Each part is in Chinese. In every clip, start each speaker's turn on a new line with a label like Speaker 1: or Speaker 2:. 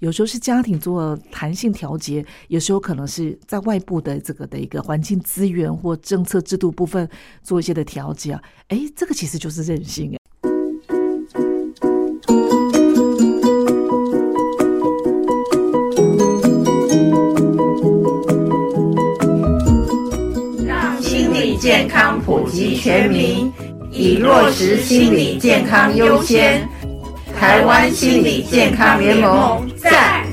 Speaker 1: 有时候是家庭做弹性调节，有时候可能是在外部的这个的一个环境资源或政策制度部分做一些的调节啊。哎，这个其实就是韧性哎。
Speaker 2: 让心理健康普及全民，以落实心理健康优先。台湾心理健康联盟在。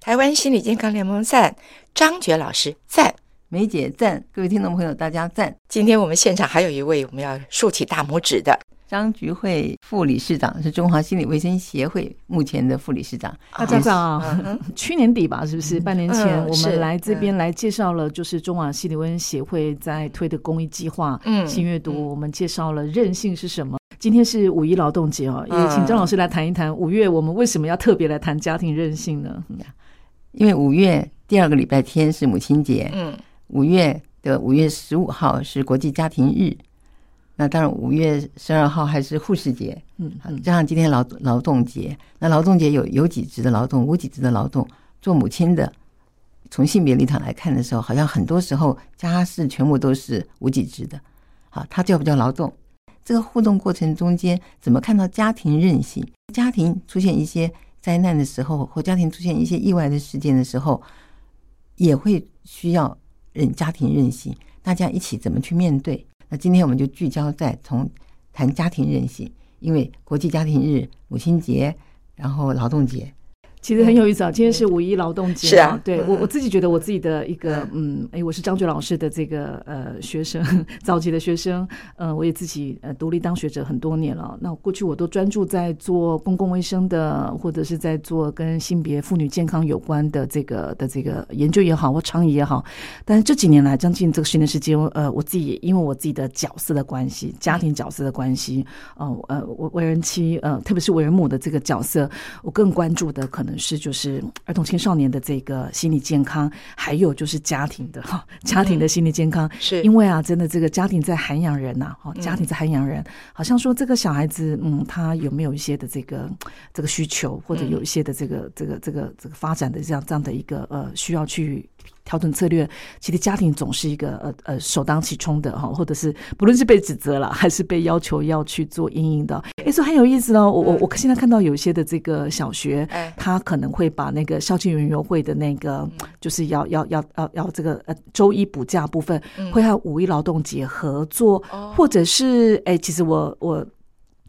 Speaker 3: 台湾心理健康联盟赞，张觉老师赞。
Speaker 4: 梅姐赞，各位听众朋友大家赞。
Speaker 3: 今天我们现场还有一位我们要竖起大拇指的，
Speaker 4: 张菊惠副理事长是中华心理卫生协会目前的副理事长。
Speaker 1: 大 家知道啊， 去年底吧，是不是？半年前
Speaker 3: 嗯
Speaker 1: 我
Speaker 3: 是
Speaker 1: 们来这边来介绍了，就是中华心理卫生协会在推的公益计划，
Speaker 3: 嗯
Speaker 1: 新阅读，
Speaker 3: 嗯
Speaker 1: 我们介绍了韧性是什么。今天是五一劳动节哦，也请张老师来谈一谈五月我们为什么要特别来谈家庭韧性呢？嗯
Speaker 4: 因为五月第二个礼拜天是母亲节，
Speaker 3: 嗯
Speaker 4: 五月的五月十五号是国际家庭日，那当然五月十二号还是护士节，
Speaker 1: 嗯嗯
Speaker 4: 加上今天劳劳动节，那劳动节有有几职的劳动，无几职的劳动。做母亲的，从性别立场来看的时候，好像很多时候家事全部都是无几职的。好，它叫不叫劳动？这个互动过程中间，怎么看到家庭韧性？家庭出现一些灾难的时候，或家庭出现一些意外的事件的时候，也会需要人家庭韧性，大家一起怎么去面对？那今天我们就聚焦在从谈家庭韧性，因为国际家庭日、母亲节，然后劳动节，
Speaker 1: 其实很有意思啊，今天是五一劳动节，
Speaker 3: 是啊
Speaker 1: 对我
Speaker 3: 嗯
Speaker 1: 我自己觉得我自己的一个嗯，哎，我是张觉老师的这个呃学生， 早期的学生，呃，我也自己呃独立当学者很多年了。那我过去我都专注在做公共卫生的，或者是在做跟性别妇女健康有关的这个的这个研究也好或倡议也好，但是这几年来，将近这个十年时间，呃，我自己也因为我自己的角色的关系，家庭角色的关系，哦，呃，我为人妻，呃，特别是为人母的这个角色，我更关注的可能是就是儿童青少年的这个心理健康，还有就是家庭的哈，家庭的心理健康，
Speaker 3: 是
Speaker 1: 因为啊，真的这个家庭在涵养人呐、哈，家庭在涵养人，好像说这个小孩子，嗯，他有没有一些的这个这个需求，或者有一些的这个、这个这个这个发展的这样这样的一个呃需要去。调整策略，其实家庭总是一个呃呃首当其冲的哈，或者是不论是被指责了， 还是被要求要去做阴影的，诶，所以很有意思哦。我我我现在看到有一些的这个小学，
Speaker 3: 哎
Speaker 1: 他可能会把那个校庆园游会的那
Speaker 3: 嗯
Speaker 1: 个，就是要要要要要这个呃周一补假部分，
Speaker 3: 嗯
Speaker 1: 会和五一劳动节合作，
Speaker 3: 哦
Speaker 1: 或者是哎，其实我我。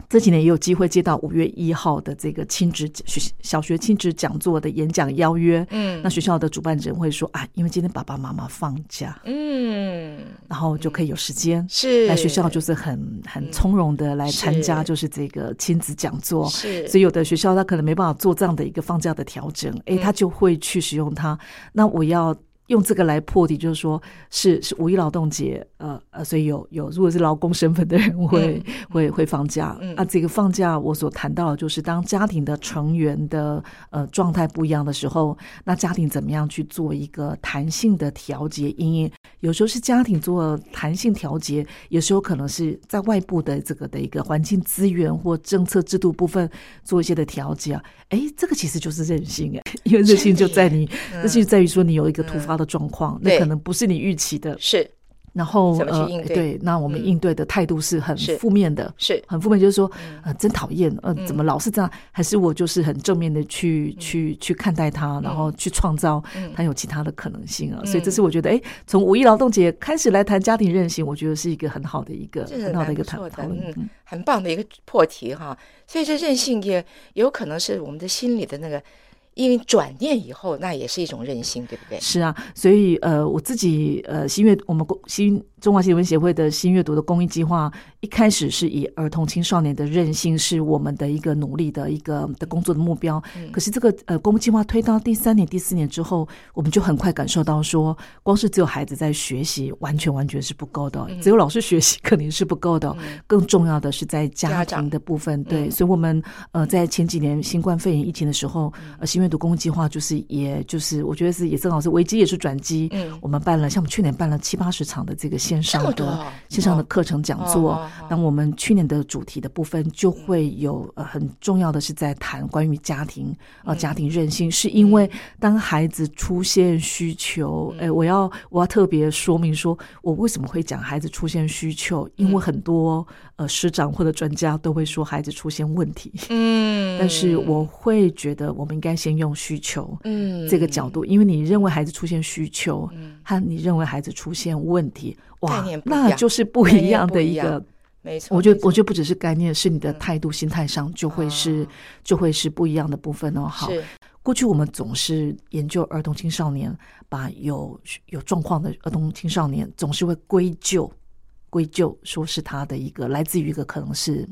Speaker 1: 这几年也有机会接到五月一号的这个亲职学小学亲职讲座的演讲邀约，
Speaker 3: 嗯
Speaker 1: 那学校的主办人会说啊，因为今天爸爸妈妈放假，
Speaker 3: 嗯
Speaker 1: 然后就可以有时间，
Speaker 3: 是嗯
Speaker 1: 来学校就是很很从容的来参加，
Speaker 3: 是
Speaker 1: 就是这个亲子讲座。
Speaker 3: 是嗯
Speaker 1: 所以有的学校他可能没办法做这样的一个放假的调整，诶，他就会去使用它。那我要用这个来破题，就是说是是五一劳动节，呃呃，所以有有如果是劳工身份的人会、会会放假。
Speaker 3: 嗯
Speaker 1: 啊，这个放假我所谈到的就是当家庭的成员的呃状态不一样的时候，那家庭怎么样去做一个弹性的调节因应有时候是家庭做弹性调节，有时候可能是在外部的这个的一个环境资源或政策制度部分做一些的调节啊。哎，这个其实就是韧性哎， 因为韧性就在你，韧性在于说你有一个突发的状况，那
Speaker 3: 嗯对
Speaker 1: 可能不是你预期的，
Speaker 3: 是
Speaker 1: 然后
Speaker 3: 怎么去
Speaker 1: 呃
Speaker 3: 应对
Speaker 1: 对，那我们
Speaker 3: 嗯
Speaker 1: 应对的态度是很
Speaker 3: 是
Speaker 1: 负面的，
Speaker 3: 是
Speaker 1: 很负面，就是说，
Speaker 3: 嗯
Speaker 1: 呃，真讨厌，呃，怎么老是这样？还是我就是很正面的去
Speaker 3: 嗯
Speaker 1: 去去看待它，然后去创造它有其他的可能性啊。所以
Speaker 3: 嗯
Speaker 1: 这是我觉得，哎，从五一劳动节开始来谈家庭韧性，我觉得是一个很好的一个
Speaker 3: 这是
Speaker 1: 很好的一个
Speaker 3: 蛮
Speaker 1: 讨
Speaker 3: 不错的
Speaker 1: 讨论。
Speaker 3: 嗯很棒的一个破题哈。所以这韧性也有可能是我们的心理的那个，因为转念以后，那也是一种韧性，对不对？
Speaker 1: 是啊，所以呃，我自己呃，新阅我们公新中华新闻协会的新阅读的公益计划，一开始是以儿童青少年的韧性是我们的一个努力的一个的工作的目标。
Speaker 3: 嗯
Speaker 1: 可是这个呃公益计划推到第三年、第四年之后，我们就很快感受到说，光是只有孩子在学习，完全完全是不够的哦，
Speaker 3: 嗯
Speaker 1: 只有老师学习肯定是不够的哦，更重要的是在家
Speaker 3: 家长
Speaker 1: 庭的部分。
Speaker 3: 嗯
Speaker 1: 对，所以我们呃在前几年新冠肺炎疫情的时候，
Speaker 3: 嗯
Speaker 1: 呃新阅读公益计划就是也就是我觉得是也正好是危机也是转机。
Speaker 3: 嗯
Speaker 1: 我们办了像我们去年办了七八十场的这个线上
Speaker 3: 这么多
Speaker 1: 的
Speaker 3: 哦
Speaker 1: 线上的课程讲座
Speaker 3: 哦哦，嗯
Speaker 1: 当我们去年的主题的部分，就会有呃很重要的是在谈关于家庭呃家庭韧性，是因
Speaker 3: 嗯
Speaker 1: 为当孩子出现需求，哎，我要我要特别说明说，我为什么会讲孩子出现需求，
Speaker 3: 嗯
Speaker 1: 因为很多呃师长或者专家都会说孩子出现问题，
Speaker 3: 嗯
Speaker 1: 但是我会觉得我们应该先用需求，
Speaker 3: 嗯
Speaker 1: 这个角度，因为你认为孩子出现需求，和你认为孩子出现问题，
Speaker 3: 概
Speaker 1: 哇
Speaker 3: 念，不一样
Speaker 1: 那就是不一样的一
Speaker 3: 概念
Speaker 1: 个。
Speaker 3: 没错，
Speaker 1: 我觉得
Speaker 3: 没，错嗯
Speaker 1: 我觉得不只是概念，是你的态度、心态上就会是
Speaker 3: 啊
Speaker 1: 就会是不一样的部分哦。好，
Speaker 3: 是
Speaker 1: 过去我们总是研究儿童青少年，把有有状况的儿童青少年总是会归咎归咎，说是他的一个来自于一个可能是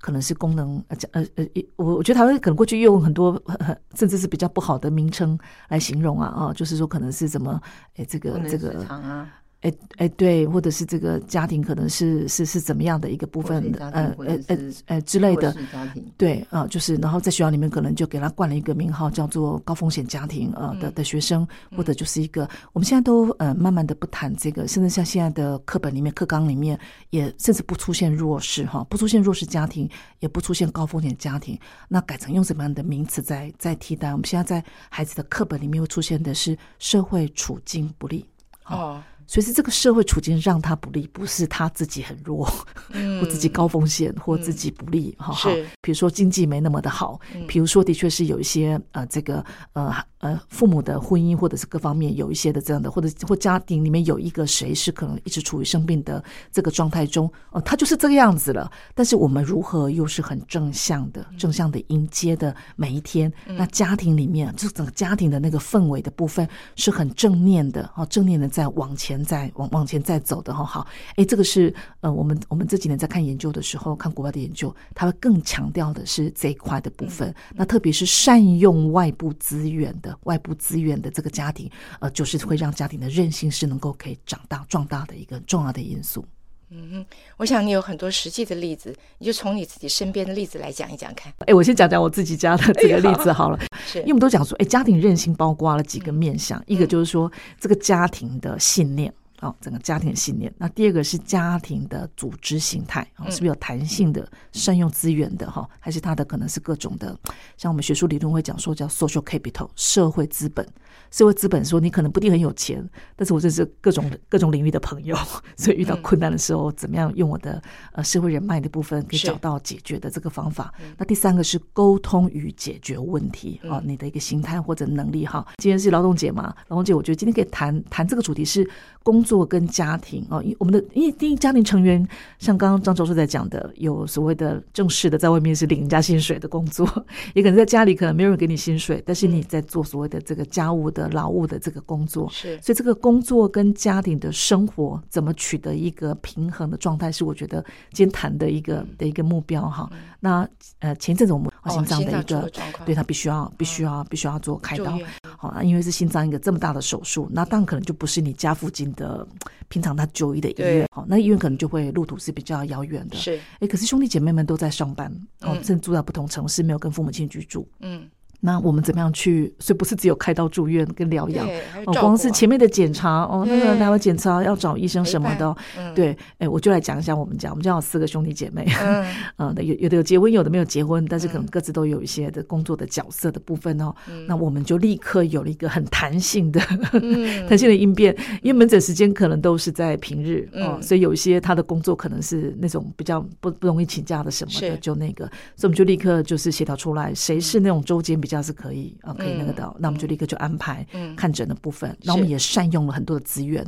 Speaker 1: 可能是功能呃呃呃，一我我觉得台湾可能过去用很多 呵呵甚至是比较不好的名称来形容啊啊，就是说可能是怎么哎这个
Speaker 4: 功能
Speaker 1: 这
Speaker 4: 失
Speaker 1: 个
Speaker 4: 常啊，
Speaker 1: 哎哎对，或者是这个家庭可能是是是怎么样的一个部
Speaker 4: 破碎
Speaker 1: 分
Speaker 4: 家
Speaker 1: 呃
Speaker 4: 庭或者
Speaker 1: 呃呃
Speaker 4: 是
Speaker 1: 呃之类的
Speaker 4: 弱，势家庭，
Speaker 1: 对啊、呃就是然后在学校里面可能就给他冠了一个名号，叫做高风险家庭呃
Speaker 4: 嗯
Speaker 1: 的的学生，或者就是一个我们现在都呃慢慢的不谈这个，甚至像现在的课本里面课纲里面也甚至不出现弱势哈，不出现弱势家庭，也不出现高风险家庭，那改成用什么样的名词在在替代？我们现在在孩子的课本里面会出现的是社会处境不利。
Speaker 3: 哦，
Speaker 1: 所以是这个社会处境让他不利，不是他自己很弱， 或自己高风险，或自己不利，哈、哈
Speaker 3: 是。
Speaker 1: 比如说经济没那么的好，比如说的确是有一些呃，这个呃呃父母的婚姻或者是各方面有一些的这样的，或者或家庭里面有一个谁是可能一直处于生病的这个状态中，呃，他就是这个样子了。但是我们如何又是很正向的、正向的迎接的每一天？那家庭里面，就整个家庭的那个氛围的部分是很正念的哦，正念的在往前在往往前在走的哈、哦。好，哎，这个是呃，我们我们这几年在看研究的时候，看国外的研究，他会更强调的是这一块的部分。那特别是善用外部资源的外部资源的这个家庭，呃，就是会让家庭的韧性是能够可以长大壮大的一个重要的因素。
Speaker 3: 我想你有很多实际的例子，你就从你自己身边的例子来讲一讲看。
Speaker 1: 哎，我先讲讲我自己家的这个例子好了，
Speaker 3: 是嗯
Speaker 1: 因为我们都讲说，哎，家庭韧性包括了几个面向，一个就是说这个家庭的信念。哦，整个家庭的信念。那第二个是家庭的组织形态，哦，
Speaker 3: 嗯
Speaker 1: 是不是有弹性的、善用资源的哈、还是它的可能是各种的，像我们学术理论会讲说叫 social capital 社会资本。社会资本说你可能不一定很有钱，但是我认识各种各种领域的朋友， 所以遇到
Speaker 3: 嗯
Speaker 1: 困难的时候，怎么样用我的呃社会人脉的部分可以
Speaker 3: 是
Speaker 1: 找到解决的这个方法。那第三个是沟通与解决问题啊、你的一个心态或者能力哈。今天是劳动节嘛，劳动节我觉得今天可以谈谈这个主题是工作跟家庭啊、因我们的因为第一家庭成员，像刚刚张教授在讲的，有所谓的正式的在外面是领人家薪水的工作， 也可能在家里可能没有人给你薪水，但是你在做所谓的这个家务的劳务的这个工作，
Speaker 3: 是
Speaker 1: 所以这个工作跟家庭的生活怎么取得一个平衡的状态，是我觉得今天谈的一个的一个目标哈。那呃，前一阵子我们
Speaker 3: 嗯哦
Speaker 1: 心脏的一
Speaker 3: 心脏出了
Speaker 1: 个
Speaker 3: 状况，
Speaker 1: 对他必须要必须
Speaker 3: 嗯
Speaker 1: 要必须要做开
Speaker 3: 住
Speaker 1: 刀
Speaker 3: 院，
Speaker 1: 好、啊，因为是心脏一个这么大的手术，那当然可能就不是你家附近的平常他就医的医院
Speaker 3: 对，
Speaker 1: 好、那医院可能就会路途是比较遥远的。
Speaker 3: 是，
Speaker 1: 哎，可是兄弟姐妹们都在上班，哦，
Speaker 3: 嗯
Speaker 1: 正住在不同城市，没有跟父母亲居住。
Speaker 3: 嗯，
Speaker 1: 那我们怎么样去？所以不是只有开刀住院跟疗养，
Speaker 3: 对，还有
Speaker 1: 哦，
Speaker 3: 照
Speaker 1: 光
Speaker 3: 顾
Speaker 1: 是
Speaker 3: 啊
Speaker 1: 前面的检查哦，那个
Speaker 3: 对
Speaker 1: 来回检查要找医生什么的哦，
Speaker 3: 陪伴嗯
Speaker 1: 对，哎，我就来讲一下我们家，我们家有四个兄弟姐妹，
Speaker 3: 嗯
Speaker 1: 嗯，那有有的有结婚，有的没有结婚，但是可能各自都有一些的工作的角色的部分哦。
Speaker 3: 嗯
Speaker 1: 那我们就立刻有了一个很弹性的、
Speaker 3: 嗯
Speaker 1: 弹性的应变，因为门诊时间可能都是在平日哦、
Speaker 3: 嗯
Speaker 1: 所以有一些他的工作可能是那种比较不不容易请假的什么的，
Speaker 3: 是嗯
Speaker 1: 就那个，所以我们就立刻就是协调出来，谁是那种周间比较是可以啊、可以那个的，那我们就立刻就安排
Speaker 3: 嗯
Speaker 1: 看诊的部分，那、我们也善用了很多的资源，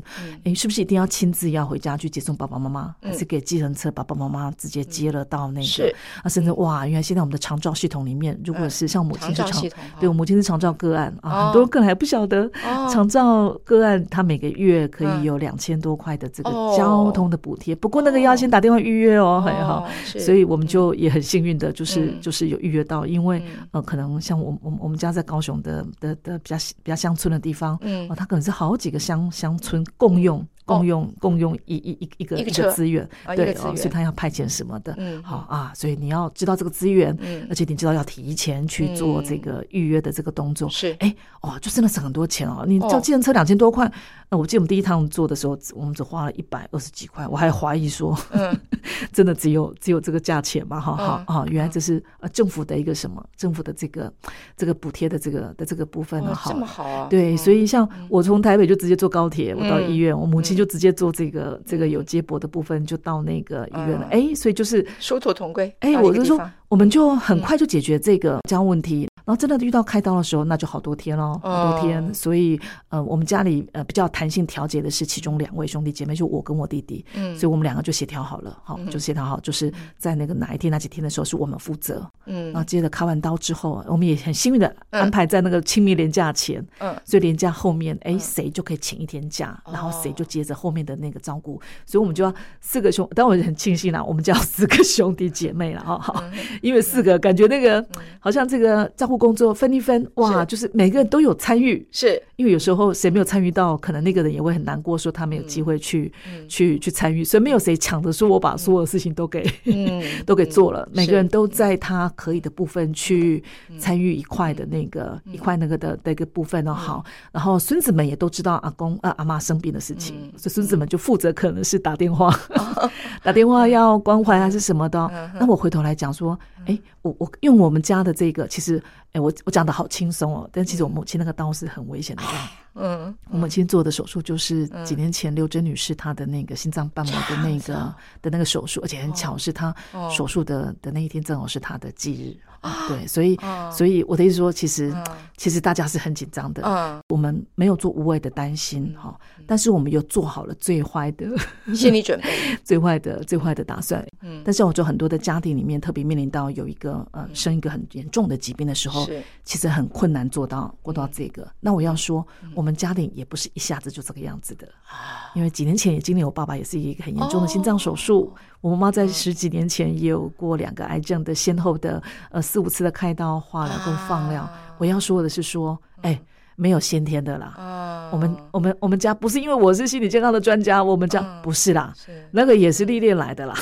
Speaker 1: 诶，哎是不是一定要亲自要回家去接送爸爸妈妈，还是给计程车爸爸妈妈直接接了到那个
Speaker 3: 嗯是？
Speaker 1: 啊，甚至哇，原来现在我们的长照系统里面，如果是像母亲是
Speaker 3: 长
Speaker 1: 长，
Speaker 3: 照系统
Speaker 1: 对
Speaker 3: 哦
Speaker 1: 我母亲是长照个案啊，
Speaker 3: 哦
Speaker 1: 很多个人还不晓得，
Speaker 3: 哦
Speaker 1: 长照个案他每个月可
Speaker 3: 嗯
Speaker 1: 以有两千多块的这个
Speaker 3: 哦
Speaker 1: 交通的补贴，不过那个要先打电话预约哦，很好、
Speaker 3: 哦是
Speaker 1: 所以我们就也很幸运的，就是、
Speaker 3: 嗯
Speaker 1: 就是有预约到，因为、呃，可能像我们我们我们家在高雄的的的比较比较乡村的地方，
Speaker 3: 嗯
Speaker 1: 哦，它可能是好几个乡乡村共用共用、共用一一一一个
Speaker 3: 一个
Speaker 1: 个
Speaker 3: 车
Speaker 1: 资源，
Speaker 3: 啊一个
Speaker 1: 对、
Speaker 3: 资
Speaker 1: 哦，
Speaker 3: 源
Speaker 1: 所以他要派遣什么的，
Speaker 3: 嗯
Speaker 1: 好啊，所以你要知道这个资源，
Speaker 3: 嗯
Speaker 1: 而且你知道要提前去做这
Speaker 3: 嗯
Speaker 1: 个预约的这个动作，
Speaker 3: 是
Speaker 1: 哎哦，就真的省很多钱哦。你
Speaker 3: 嗯哦
Speaker 1: 叫计程车两千多块，那、我记得我们第一趟做的时候，我们只花了一百二十几块，我还怀疑说，
Speaker 3: 嗯
Speaker 1: 真的只有只有这个价钱嘛？哈哈
Speaker 3: 嗯
Speaker 1: 啊，原来这是呃政府的一个什么政府的这个这个补贴的这个的这个部分啊，
Speaker 3: 哦，
Speaker 1: 哈
Speaker 3: 这么好啊，
Speaker 1: 对，
Speaker 3: 嗯
Speaker 1: 所以像我从台北就直接坐高铁，我到医院，我母亲
Speaker 3: 嗯
Speaker 1: 就直接坐这个这个有接驳的部分，就到那个医院了。哎、所以就是，
Speaker 3: 殊途同归。
Speaker 1: 哎、
Speaker 3: 嗯到一
Speaker 1: 我
Speaker 3: 个
Speaker 1: 就
Speaker 3: 地
Speaker 1: 说
Speaker 3: 方，嗯
Speaker 1: 我们就很快就解决这个这样问题。然后真的遇到开刀的时候，那就好多天咯，好多天。
Speaker 3: 哦
Speaker 1: 所以，呃，我们家里呃比较弹性调节的是其中两位兄弟姐妹，就我跟我弟弟，
Speaker 3: 嗯
Speaker 1: 所以我们两个就协调好了，好、就协调好，就是在那个哪一天哪几天的时候是我们负责，
Speaker 3: 嗯
Speaker 1: 然后接着开完刀之后，啊我们也很幸运的安排在那个清明连假前，
Speaker 3: 嗯
Speaker 1: 所以连假后面，哎，谁就可以请一天假，然
Speaker 3: 哦
Speaker 1: 后谁就接着后面的那个照顾，所以我们就要四个兄，但我也很庆幸啦，我们叫四个兄弟姐妹了哈，好，
Speaker 3: 嗯
Speaker 1: 因为四个感觉那个好像这个照顾工作分一分，哇，
Speaker 3: 是
Speaker 1: 就是每个人都有参与，
Speaker 3: 是
Speaker 1: 因为有时候谁没有参与到，可能那个人也会很难过，说他没有
Speaker 3: 嗯
Speaker 1: 机会去、去去参与，所以没有谁抢着说我把所有事情都 给、
Speaker 3: 嗯
Speaker 1: 都给做了，每
Speaker 3: 是嗯
Speaker 1: 个人都在他可以的部分去参与一块的那个、一块那个的的一个部分哦。好，然后孙子们也都知道阿公呃阿妈生病的事情，
Speaker 3: 嗯
Speaker 1: 所以孙子们就负责可能是打电话，
Speaker 3: 哦
Speaker 1: 打电话要关怀还是什么的
Speaker 3: 嗯
Speaker 1: 哦。那我回头来讲说，哎，我我用我们家的这个，其实哎我我讲的好轻松哦，但其实我母亲那个刀是很危险的刀。
Speaker 3: 嗯
Speaker 1: 我母亲做的手术就是几年前刘真女士她的那个心脏瓣膜的那个的那个手术，而且很巧是她手术的的那一天正好是她的忌日，啊对，所以所以我的意思说，其实其实大家是很紧张的，
Speaker 3: 嗯，
Speaker 1: 我们没有做无谓的担心哈，但是我们又做好了最坏的
Speaker 3: 心理准备，
Speaker 1: 最坏的最坏的打算。
Speaker 3: 嗯
Speaker 1: 但是我觉得很多的家庭里面，特别面临到有一个呃生一个很严重的疾病的时候
Speaker 3: 是，
Speaker 1: 其实很困难做到过到这个。那我要说，
Speaker 3: 嗯
Speaker 1: 我们家庭也不是一下子就这个样子的，
Speaker 3: 啊
Speaker 1: 因为几年前也经历我爸爸也是一个很严重的心脏手术，
Speaker 3: 哦
Speaker 1: 我妈妈
Speaker 3: 嗯
Speaker 1: 在十几年前也有过两个癌症的先后的呃四五次的开刀、化疗跟放疗。我要说的是说，
Speaker 3: 嗯
Speaker 1: 哎。没有先天的啦，
Speaker 3: 啊
Speaker 1: 我们我们我们家不是因为我是心理健康的专家，我们家、
Speaker 3: 嗯
Speaker 1: 不是啦，那个也是历练来的啦。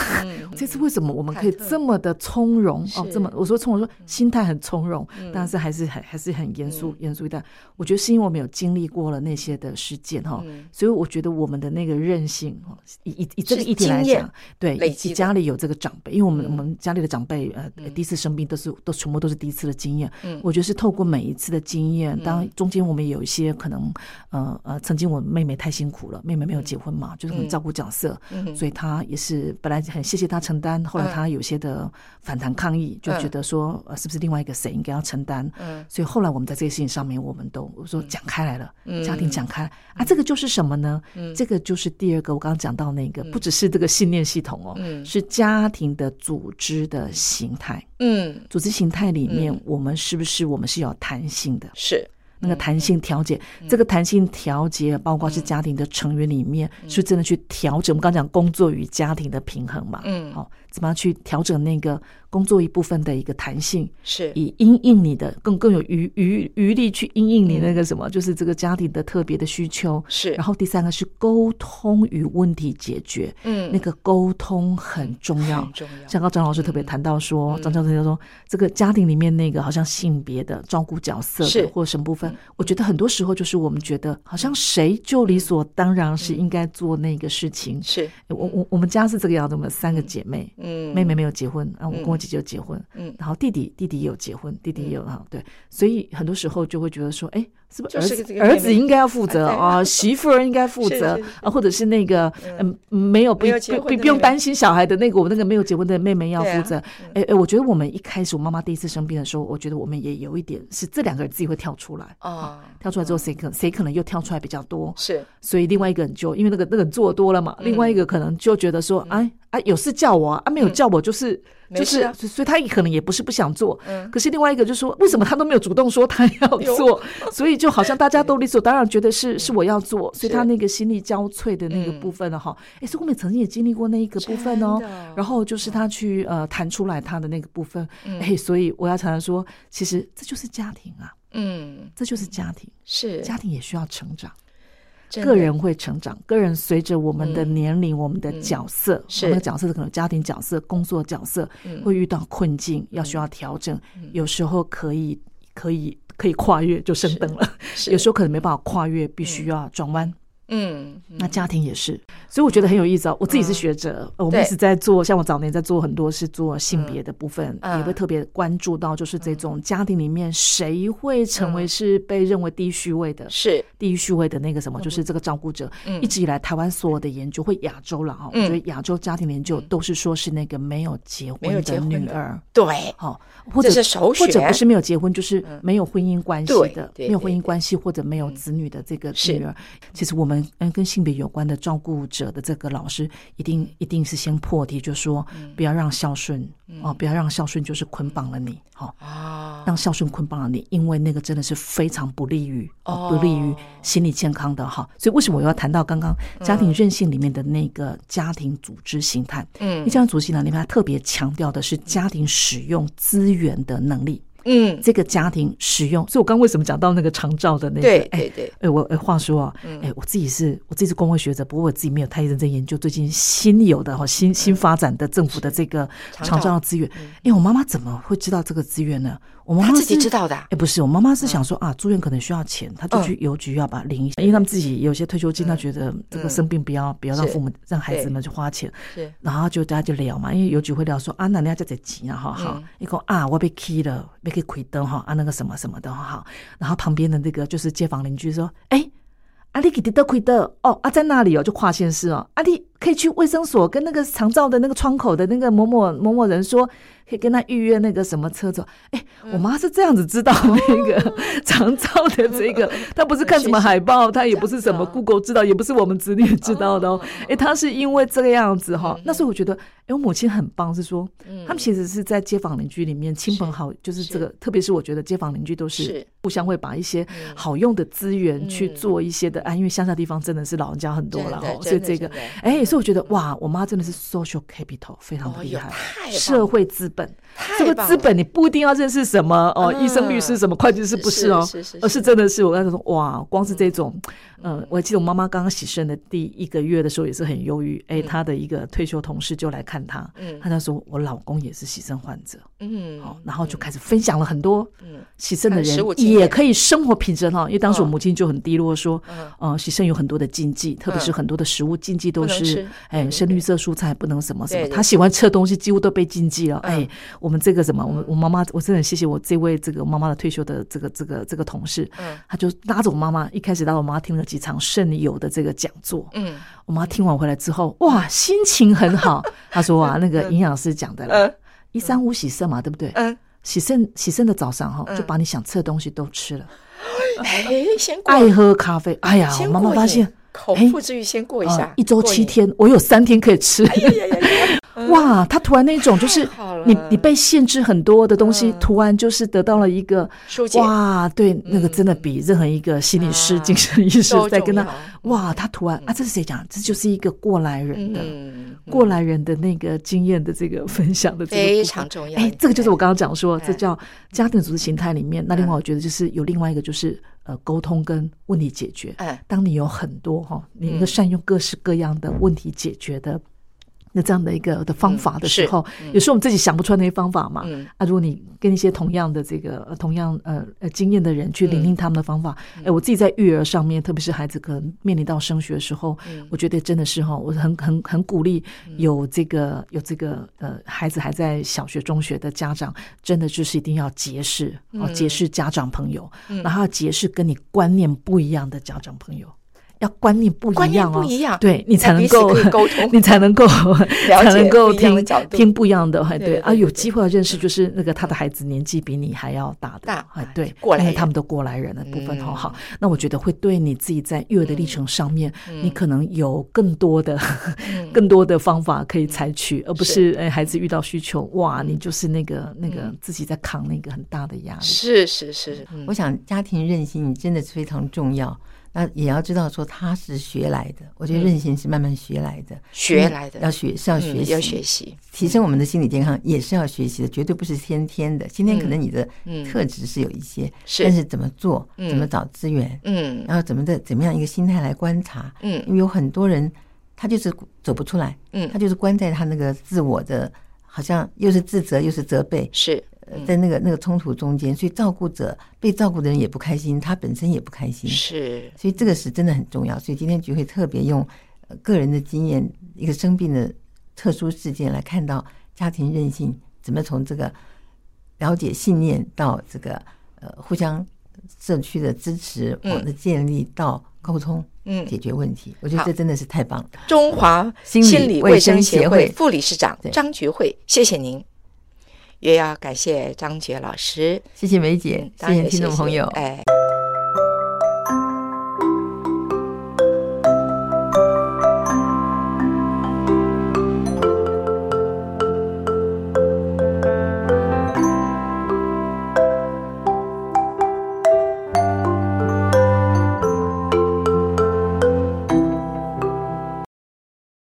Speaker 1: 这次为什么我们可以这么的从容哦？这么我说从容，说心态很从容，
Speaker 3: 嗯
Speaker 1: 但是还是很还是很严肃严肃一点。我觉得是因为我们有经历过了那些的事件哈，
Speaker 3: 嗯
Speaker 1: 所以我觉得我们的那个韧性哈，以以以这个
Speaker 3: 是
Speaker 1: 一点来
Speaker 3: 经验
Speaker 1: 讲，对，
Speaker 3: 累
Speaker 1: 以及
Speaker 3: 积的嗯
Speaker 1: 家里有这个长辈，因为我们我们家里的长辈呃第一次生病都是都全部都是第一次的经验，我觉得是透过每一次的经验，当然中间我们也有一些可能，呃呃，曾经我妹妹太辛苦了，妹妹没有结婚嘛，就是很照顾角色，所以她也是本来很谢谢她承担，后来她有些的反弹抗议，就觉得说呃是不是另外一个谁应该要承担，
Speaker 3: 嗯
Speaker 1: 所以后来我们在这个事情上面，我们都我说讲开来了，家庭讲开啊，这个就是什么呢？这个就是第二个我刚刚讲到那个，不只是这个信念系统哦，是家庭的组织的形态。
Speaker 3: 嗯
Speaker 1: 组织形态里面，我们是不是我们是有弹性的？
Speaker 3: 是
Speaker 1: 那个弹性调节，这个弹性调节包括是家庭的成员里面，是不是真的去调整。我们刚讲工作与家庭的平衡嘛，
Speaker 3: 嗯
Speaker 1: 好、怎么样去调整那个工作一部分的一个弹性，
Speaker 3: 是
Speaker 1: 以因应你的更更有余余余力去因应你那个什么，就是这个家庭的特别的需求。
Speaker 3: 是
Speaker 1: 然后第三个是沟通与问题解决，
Speaker 3: 嗯
Speaker 1: 那个沟通很重要，
Speaker 3: 很重要，嗯
Speaker 1: 像刚张老师特别谈到说，张教授就说，这个家庭里面那个好像性别的照顾角色
Speaker 3: 是嗯
Speaker 1: 的或什么部分，我觉得很多时候就是我们觉得好像谁就理所当然是应该做那个事情。
Speaker 3: 嗯是
Speaker 1: 我我我们家是这个样子，我们三个姐妹，
Speaker 3: 嗯
Speaker 1: 妹妹没有结婚啊，我跟我姐姐有结婚，
Speaker 3: 嗯
Speaker 1: 然后弟弟弟弟也有结婚，弟弟也有啊，对，所以很多时候就会觉得说，哎，是不是
Speaker 3: 就
Speaker 1: 儿
Speaker 3: 是
Speaker 1: 子
Speaker 3: 这个妹妹
Speaker 1: 儿子应该要负责
Speaker 3: 哎对
Speaker 1: 啊，媳妇儿应该负
Speaker 3: 是
Speaker 1: 责
Speaker 3: 是是
Speaker 1: 啊，或者是那个嗯没有不
Speaker 3: 没有结婚
Speaker 1: 不不
Speaker 3: 的妹
Speaker 1: 不用
Speaker 3: 妹
Speaker 1: 担心小孩的那个我那个没有结婚的妹妹要
Speaker 3: 对啊
Speaker 1: 负责，哎哎，我觉得我们一开始我妈妈第一次生病的时候，我觉得我们也有一点是这两个人自己会跳出来。
Speaker 3: 啊
Speaker 1: 跳出来之后，谁可谁可能又跳出来比较多，
Speaker 3: 是
Speaker 1: 所以另外一个人就因为那个那个人做多了
Speaker 3: 嗯
Speaker 1: 嘛，另外一个可能就觉得说，哎啊有事叫我啊，啊没有叫我就是、
Speaker 3: 嗯没
Speaker 1: 就
Speaker 3: 事
Speaker 1: 是
Speaker 3: 啊，
Speaker 1: 所以他可能也不是不想做，
Speaker 3: 嗯
Speaker 1: 可是另外一个就说，为什么他都没有主动说他要做， 所以就好像大家都理所当然觉得
Speaker 3: 嗯
Speaker 1: 是是我要做，所以他那个心力交瘁的那个部分了哈，哎、所以我们也曾经也经历过那一个部分哦
Speaker 3: 真的，
Speaker 1: 然后就是他去呃弹出来他的那个部分，
Speaker 3: 嗯
Speaker 1: 哎、所以我要常常说，其实这就是家庭啊，
Speaker 3: 嗯
Speaker 1: 这就是家庭，
Speaker 3: 是
Speaker 1: 家庭也需要成长。
Speaker 3: 真的
Speaker 1: 个人会成长，个人随着我们的
Speaker 3: 嗯
Speaker 1: 年龄、我们的
Speaker 3: 嗯
Speaker 1: 角色，
Speaker 3: 是
Speaker 1: 我们的角色可能家庭角色、工作角色，
Speaker 3: 嗯
Speaker 1: 会遇到困境，要需要调整，有时候可以可以可以跨越就升登了，
Speaker 3: 是
Speaker 1: 有时候可能没办法跨越，必须要转弯。
Speaker 3: 嗯，嗯
Speaker 1: 那家庭也是，所以我觉得很有意思哦。我自己是学者，呃我们一
Speaker 3: 对
Speaker 1: 直在做，像我早年在做很多是做性别的部分，
Speaker 3: 嗯
Speaker 1: 也会特别关注到，就是这种家庭里面谁会成
Speaker 3: 嗯
Speaker 1: 为是被认为低序位的，
Speaker 3: 是
Speaker 1: 第一序位的那个什么，就是这个照顾者。
Speaker 3: 嗯
Speaker 1: 一直以来，台湾所有的研究，会啊亚洲了哈，我
Speaker 3: 嗯
Speaker 1: 觉得亚洲家庭的研究都是说是那个没有结
Speaker 3: 没有
Speaker 1: 婚
Speaker 3: 结
Speaker 1: 的
Speaker 3: 婚
Speaker 1: 女
Speaker 3: 的
Speaker 1: 儿，
Speaker 3: 对，
Speaker 1: 好，或者
Speaker 3: 这是首选嗯
Speaker 1: 或者不是没有结婚，就是没有婚姻关系
Speaker 3: 对
Speaker 1: 的，
Speaker 3: 对
Speaker 1: 没有婚姻关系或者没有子女的这个
Speaker 3: 是
Speaker 1: 女儿，其实我们嗯跟性别有关的照顾者的这个老师，一定一定是先破题，就说
Speaker 3: 嗯
Speaker 1: 不要让孝顺哦，不要让孝顺就是捆绑了你，好，
Speaker 3: 啊，
Speaker 1: 让孝顺捆绑了你，因为那个真的是非常不利于、
Speaker 3: 哦嗯
Speaker 1: 不利于心理健康的哈。所以为什么我要谈到刚刚家庭韧性里面的那个家庭组织形态？因
Speaker 3: 嗯
Speaker 1: 为家庭组织形态里面，它特别强调的是家庭使用资源的能力。
Speaker 3: 嗯，
Speaker 1: 这个家庭使用，所以我刚为什么讲到那个长照的那个？
Speaker 3: 对
Speaker 1: 哎
Speaker 3: 对嗯对，
Speaker 1: 哎，我哎，话说啊，哎，我自己是我自己是公会学者，不过我自己没有太认真研究最近新有的哈新新发展的政府的这个
Speaker 3: 嗯长
Speaker 1: 长
Speaker 3: 照
Speaker 1: 照的资源。哎，我妈妈怎么会知道这个资源呢？我妈
Speaker 3: 他
Speaker 1: 妈
Speaker 3: 自己
Speaker 1: 是
Speaker 3: 知道的啊，
Speaker 1: 哎，不是，我妈妈是想说啊，住院可能需要钱，她就
Speaker 3: 嗯
Speaker 1: 去邮局要把领一下，因为他们自己有些退休金，她觉得这个
Speaker 3: 嗯
Speaker 1: 生病不要不要让
Speaker 3: 是
Speaker 1: 父母让孩子
Speaker 3: 对
Speaker 1: 们去花钱，
Speaker 3: 是
Speaker 1: 然后就大家就聊嘛，因为邮局会聊说啊，那你要在这急啊，哈好，一个啊，我被 key 了，被给亏灯哈啊，那个什么什么的哈好，然后旁边的那个就是街坊邻居说，哎。啊，你给的亏的哦，啊，在那里哦，就跨县市哦，啊，你可以去卫生所跟那个长照的那个窗口的那个某某某某人说，可以跟他预约那个什么车子哦。哎，我妈是这样子知道那 个长照的这个，她不是看什么海 报，她也不是什么 Google 知道，也不是我们子女知道的哦。哎，她是因为这个样子哈、那所以我觉得，哎，我母亲很棒，是说他们其实是在街坊邻居里面亲朋好，嗯就是这个，特别是我觉得街坊邻居都是
Speaker 3: 是
Speaker 1: 互相会把一些
Speaker 3: 嗯
Speaker 1: 好用的资源去做一些的，啊，因为乡下地方真的是老人家很多了
Speaker 3: 真的
Speaker 1: 哦，所以
Speaker 3: 嗯真的
Speaker 1: 这个
Speaker 3: 真的，
Speaker 1: 哎，所以我觉得哇，我妈真的是 social capital 非常的
Speaker 3: 哦
Speaker 1: 厉
Speaker 3: 哟
Speaker 1: 害
Speaker 3: 太棒，了
Speaker 1: 社会资本，这
Speaker 3: 太
Speaker 1: 个
Speaker 3: 棒
Speaker 1: 资
Speaker 3: 了。
Speaker 1: 本你不一定要认识什么哦，
Speaker 3: 嗯
Speaker 1: 医生、律师什么会计师不是哦
Speaker 3: 是是嗯是，
Speaker 1: 而是真的是我刚才说哇，光是这种，呃，我记得我妈妈刚刚洗肾的第一个月的时候也是很忧郁，哎，她的一个退休同事就来看她，
Speaker 3: 嗯
Speaker 1: 她就说我老公也是洗肾患者，
Speaker 3: 嗯，
Speaker 1: 哦，然后就开始分享了很多
Speaker 3: 嗯
Speaker 1: 洗肾的
Speaker 3: 看
Speaker 1: 人
Speaker 3: 实物经验
Speaker 1: 也可以生活品质很好，因为当时我母亲就很低落说
Speaker 3: 嗯，
Speaker 1: 呃，洗肾有很多的禁忌，特别是
Speaker 3: 嗯
Speaker 1: 很多的食物禁忌都
Speaker 3: 不能
Speaker 1: 是
Speaker 3: 吃，
Speaker 1: 哎，深绿色蔬菜不能什么什么，
Speaker 3: 对对
Speaker 1: 她喜欢吃的东西几乎都被禁忌了。
Speaker 3: 嗯
Speaker 1: 哎，我们这个什么，我们我妈妈，我真的很谢谢我这位这个妈妈的退休的这个这个这个同事
Speaker 3: 嗯，
Speaker 1: 她就拉着我妈妈，一开始拉着我妈听了几场肾友的这个讲座，
Speaker 3: 嗯，
Speaker 1: 我妈听完回来之后，哇，心情很好。她说 啊，那个营养师讲的啦
Speaker 3: 嗯，
Speaker 1: 一三五洗肾嘛，对不对？
Speaker 3: 嗯，
Speaker 1: 洗肾洗肾的早上哈，就把你想吃的东西都吃了，
Speaker 3: 哎，先过，
Speaker 1: 爱喝咖啡。哎呀，我
Speaker 3: 先
Speaker 1: 妈妈
Speaker 3: 过
Speaker 1: 发
Speaker 3: 瘾
Speaker 1: 现。
Speaker 3: 口
Speaker 1: 哎
Speaker 3: 腹之欲先过一哎
Speaker 1: 啊
Speaker 3: 下，
Speaker 1: 一周
Speaker 3: 过
Speaker 1: 七
Speaker 3: 瘾，
Speaker 1: 天，我有三天可以吃。 哇，他突然那种就是
Speaker 3: 嗯好了嗯
Speaker 1: 你你被限制很多的东西，突然就是得到了一个
Speaker 3: 疏解嗯
Speaker 1: 哇，对，那个真的比任何一个心理师、
Speaker 3: 啊
Speaker 1: 精神医师
Speaker 3: 都
Speaker 1: 在跟他
Speaker 3: 重嗯
Speaker 1: 哇，他突然啊，这是谁讲？这就是一个过来人的。
Speaker 3: 嗯，
Speaker 1: 过来人的那个经验的这个分享的这个部分
Speaker 3: 非常重要
Speaker 1: 哎，这个就是我刚刚讲说，
Speaker 3: 哎
Speaker 1: 这叫家庭组织形态里面。那另外，我觉得就是有另外一个就是呃，沟通跟问题解决。
Speaker 3: 嗯哎，
Speaker 1: 当你有很多哈，你一个善用各式各样的问题解决的。那这样的一个的方法的时候，有时候我们自己想不出来那些方法嘛。
Speaker 3: 嗯
Speaker 1: 啊，如果你跟一些同样的这个、呃同样呃呃经验的人
Speaker 3: 嗯
Speaker 1: 去聆听他们的方法，哎、我自己在育儿上面，特别是孩子可能面临到升学的时候，我觉得真的是哈，我很很很鼓励
Speaker 3: 嗯
Speaker 1: 有这个有这个呃孩子还在小学、中学的家长，真的就是一定要结识哦，
Speaker 3: 嗯
Speaker 1: 结识家长朋友，然后要结识跟你观念不一样的家长朋友。要观念不
Speaker 3: 观
Speaker 1: 一
Speaker 3: 念
Speaker 1: 样哦，
Speaker 3: 不一样
Speaker 1: 对你才
Speaker 3: 那
Speaker 1: 能
Speaker 3: 彼此
Speaker 1: 够
Speaker 3: 可 以沟通
Speaker 1: 你才能够才能够
Speaker 3: 不一样的
Speaker 1: 听
Speaker 3: 角度
Speaker 1: 听不一样的，哎
Speaker 3: 对
Speaker 1: 对
Speaker 3: 对
Speaker 1: 啊，
Speaker 3: 对
Speaker 1: 有
Speaker 3: 对
Speaker 1: 机会认识就是那个他的孩子年纪比你还要大的，
Speaker 3: 大
Speaker 1: 哎对，
Speaker 3: 过来
Speaker 1: 因为
Speaker 3: 人
Speaker 1: 他们都过来人的部分，
Speaker 3: 嗯
Speaker 1: 好好，那我觉得会对你自己在育儿的历程上面，
Speaker 3: 嗯
Speaker 1: 你可能有更多的 更多的方法可以采取，而不是哎孩子遇到需求哇，
Speaker 3: 嗯
Speaker 1: 你就是那个那个自己在扛那个很大的压力，
Speaker 3: 是是是，嗯
Speaker 4: 我想家庭韧性真的是非常重要。那也要知道说他是学来的。我觉得韧性是慢慢学来的，
Speaker 3: 嗯学来的
Speaker 4: 嗯要学是要学
Speaker 3: 嗯
Speaker 4: 习，
Speaker 3: 要学习，
Speaker 4: 提升我们的心理健康也是要学习的，绝对不是先天的。今天可能你的
Speaker 3: 嗯
Speaker 4: 特质是有一些，
Speaker 3: 是
Speaker 4: 但是怎么做，
Speaker 3: 嗯
Speaker 4: 怎么找资源，
Speaker 3: 嗯
Speaker 4: 然后怎么的怎么样一个心态来观察，因
Speaker 3: 嗯
Speaker 4: 为有很多人他就是走不出来，
Speaker 3: 嗯
Speaker 4: 他，就是关在他那个自我的，好像又是自责又是责备，
Speaker 3: 是
Speaker 4: 呃在那个那个冲突中间，所以照顾者被照顾的人也不开心，他本身也不开心，
Speaker 3: 是，
Speaker 4: 所以这个是真的很重要。所以今天局会特别用呃个人的经验，一个生病的特殊事件来看到家庭韧性怎么从这个了解信念到这个呃互相社区的支持
Speaker 3: 嗯
Speaker 4: 网的建立到沟通
Speaker 3: 嗯，
Speaker 4: 解决问题。我觉得
Speaker 3: 好
Speaker 4: 这真的是太棒了。
Speaker 3: 中华
Speaker 4: 心理
Speaker 3: 理
Speaker 4: 卫
Speaker 3: 卫
Speaker 4: 生
Speaker 3: 生
Speaker 4: 协
Speaker 3: 协
Speaker 4: 会
Speaker 3: 会副理事长
Speaker 4: 对
Speaker 3: 张菊慧，谢谢您，也要感谢张觉老师，
Speaker 4: 谢谢梅姐，
Speaker 3: 嗯当然
Speaker 4: 谢
Speaker 3: 也
Speaker 4: 谢听众朋友。
Speaker 3: 哎。